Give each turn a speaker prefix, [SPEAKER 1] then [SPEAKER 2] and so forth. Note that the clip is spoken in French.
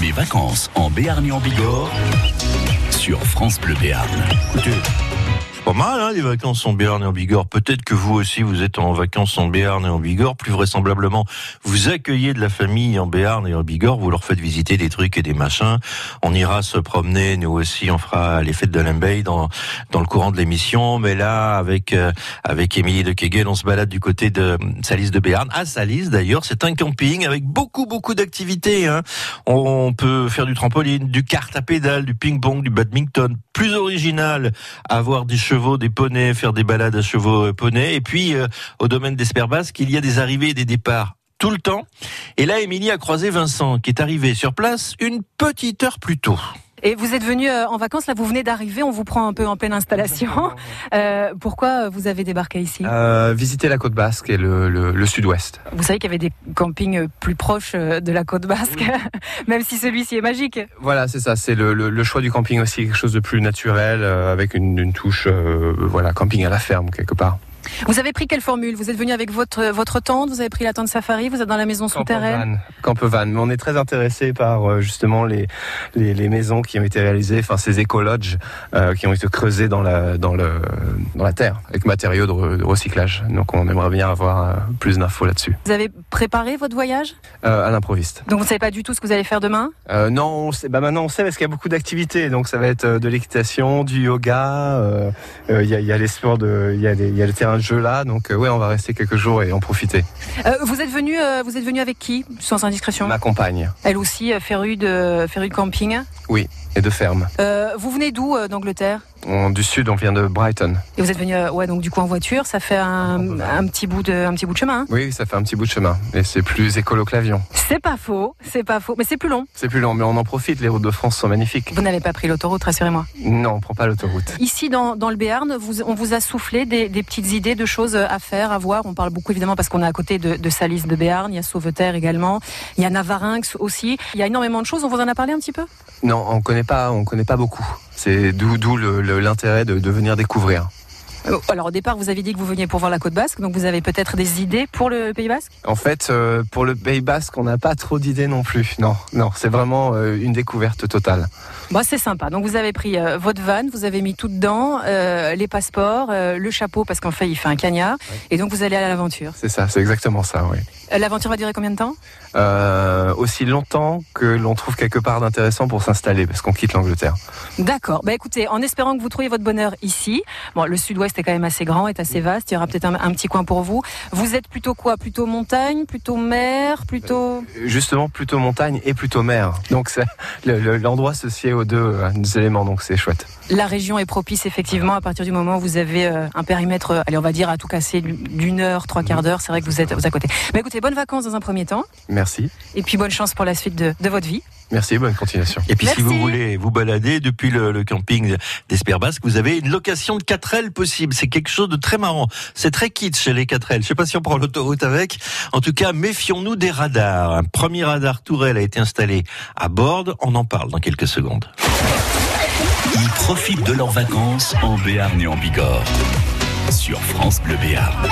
[SPEAKER 1] Les vacances en Béarn et en Bigorre sur France Bleu Béarn.
[SPEAKER 2] Écoutez, c'est pas mal, hein, les vacances en Béarn et en Bigorre. Peut-être que vous aussi, vous êtes en vacances en Béarn et en Bigorre. Plus vraisemblablement, vous accueillez de la famille en Béarn et en Bigorre. Vous leur faites visiter des trucs et des machins. On ira se promener, nous aussi, on fera les fêtes de l'Embay dans, dans le courant de l'émission. Mais là, avec, euh, avec Émilie de Kegel, on se balade du côté de Salis de Béarn. À Salis, d'ailleurs, c'est un camping avec beaucoup, beaucoup d'activités. hein. On peut faire du trampoline, du kart à pédale, du ping-pong, du badminton. Plus original, avoir des chevaux, des poneys, faire des balades à chevaux et poneys. Et puis, euh, au domaine d'Esperbasque, il y a des arrivées et des départs tout le temps. Et là, Émilie a croisé Vincent, qui est arrivé sur place une petite heure plus tôt.
[SPEAKER 3] Et vous êtes venu euh, en vacances, là vous venez d'arriver, on vous prend un peu en pleine installation. Euh, pourquoi euh, vous avez débarqué ici
[SPEAKER 4] Euh, visiter la côte basque et le, le- le sud-ouest.
[SPEAKER 3] Vous savez qu'il y avait des campings euh, plus proches euh, de la côte basque, même si celui-ci est magique.
[SPEAKER 4] Voilà, c'est ça. C'est le, le- le choix du camping aussi, quelque chose de plus naturel, euh, avec une, une touche, euh, voilà, camping à la ferme quelque part.
[SPEAKER 3] Vous avez pris quelle formule Vous êtes venu avec votre, euh, votre tente, vous avez pris la tente safari, vous êtes dans la maison souterraine
[SPEAKER 4] Campervan. Campervan. Mais on est très intéressé par euh, justement les, les, les maisons qui ont été réalisées, enfin ces écolodges euh, qui ont été creusées dans la, dans le, dans la terre avec matériaux de, re- de recyclage. Donc on aimerait bien avoir euh, plus d'infos là-dessus.
[SPEAKER 3] Vous avez préparé votre voyage
[SPEAKER 4] Euh, à l'improviste.
[SPEAKER 3] Donc vous ne savez pas du tout ce que vous allez faire demain
[SPEAKER 4] Euh, non, on sait, bah maintenant on sait parce qu'il y a beaucoup d'activités. Donc ça va être euh, de l'équitation, du yoga. euh, euh, Il y, a, il y a les sports de, il y, a les- il y a le terrain de jeu là. Donc euh, ouais, on va rester quelques jours et en profiter.
[SPEAKER 3] Euh, Vous êtes venu euh, vous êtes venu avec qui Sans indiscrétion.
[SPEAKER 4] Ma compagne
[SPEAKER 3] Elle aussi, euh, férue de, férue de camping.
[SPEAKER 4] et de ferme.
[SPEAKER 3] Euh, vous venez d'où euh, d'Angleterre
[SPEAKER 4] On, du sud, on vient de Brighton.
[SPEAKER 3] Et vous êtes venu, euh, ouais, donc du coup en voiture, ça fait un, un petit bout de, un petit bout de chemin. hein.
[SPEAKER 4] Oui, ça fait un petit bout de chemin. Et c'est plus écolo que l'avion.
[SPEAKER 3] C'est pas faux, c'est pas faux, mais c'est plus long.
[SPEAKER 4] C'est plus long, mais on en profite. Les routes de France sont magnifiques.
[SPEAKER 3] Vous n'avez pas pris l'autoroute, rassurez-moi.
[SPEAKER 4] Non, on prend pas l'autoroute.
[SPEAKER 3] Ici, dans, dans le Béarn, vous- on vous a soufflé des, des petites idées de choses à faire, à voir. On parle beaucoup évidemment parce qu'on est à côté de, de Salis de Béarn, il y a Sauveterre également, il y a Navarinx aussi. Il y a énormément de choses. On vous en a parlé un petit peu
[SPEAKER 4] Non, on connaît pas, on connaît pas beaucoup. C'est d'où d'où le- le- l'intérêt de, de venir découvrir.
[SPEAKER 3] Euh, Alors au départ, vous aviez dit que vous veniez pour voir la Côte Basque, donc vous avez peut-être des idées pour le Pays Basque.
[SPEAKER 4] En fait, euh, pour le Pays Basque, on n'a pas trop d'idées non plus. Non, non, c'est vraiment euh, une découverte totale.
[SPEAKER 3] Bon, Bah, c'est sympa. Donc vous avez pris euh, votre vanne, vous avez mis tout dedans, euh, les passeports, euh, le chapeau parce qu'en fait il fait un cagnard, et donc vous allez à l'aventure.
[SPEAKER 4] C'est ça, c'est exactement ça, oui.
[SPEAKER 3] Euh, L'aventure va durer combien de temps
[SPEAKER 4] Euh, aussi longtemps que l'on trouve quelque part d'intéressant pour s'installer, parce qu'on quitte l'Angleterre.
[SPEAKER 3] D'accord. Bah écoutez, en espérant que vous trouviez votre bonheur ici. Bon, le Sud-Ouest est quand même assez grand, est assez vaste. Il y aura peut-être un, un petit coin pour vous. Vous êtes plutôt quoi Plutôt montagne, plutôt mer, plutôt.
[SPEAKER 4] Justement, plutôt montagne et plutôt mer. Donc ça- le- le- l'endroit se sied aux deux euh, éléments, donc c'est chouette.
[SPEAKER 3] La région est propice effectivement à partir du moment où vous avez euh, un périmètre, euh, allez on va dire à tout casser du- d'une heure, trois quarts d'heure. C'est vrai que vous êtes vous êtes à côté. Mais écoutez, bonnes vacances dans un premier temps,
[SPEAKER 4] Merci,
[SPEAKER 3] et puis bonne chance pour la suite de- de votre vie.
[SPEAKER 4] merci, bonne continuation.
[SPEAKER 2] Et puis
[SPEAKER 3] Merci.
[SPEAKER 2] si vous voulez vous balader depuis le, le camping d'Esperbasque, vous avez une location de 4 ailes possible. C'est quelque chose de très marrant. C'est très kitsch les 4 ailes. Je sais pas si on prend l'autoroute avec. En tout cas, méfions-nous des radars. Un premier radar tourelle a été installé à Borde. On en parle dans quelques secondes.
[SPEAKER 1] Ils profitent de leurs vacances en Béarn et en Bigorre sur France Bleu Béarn.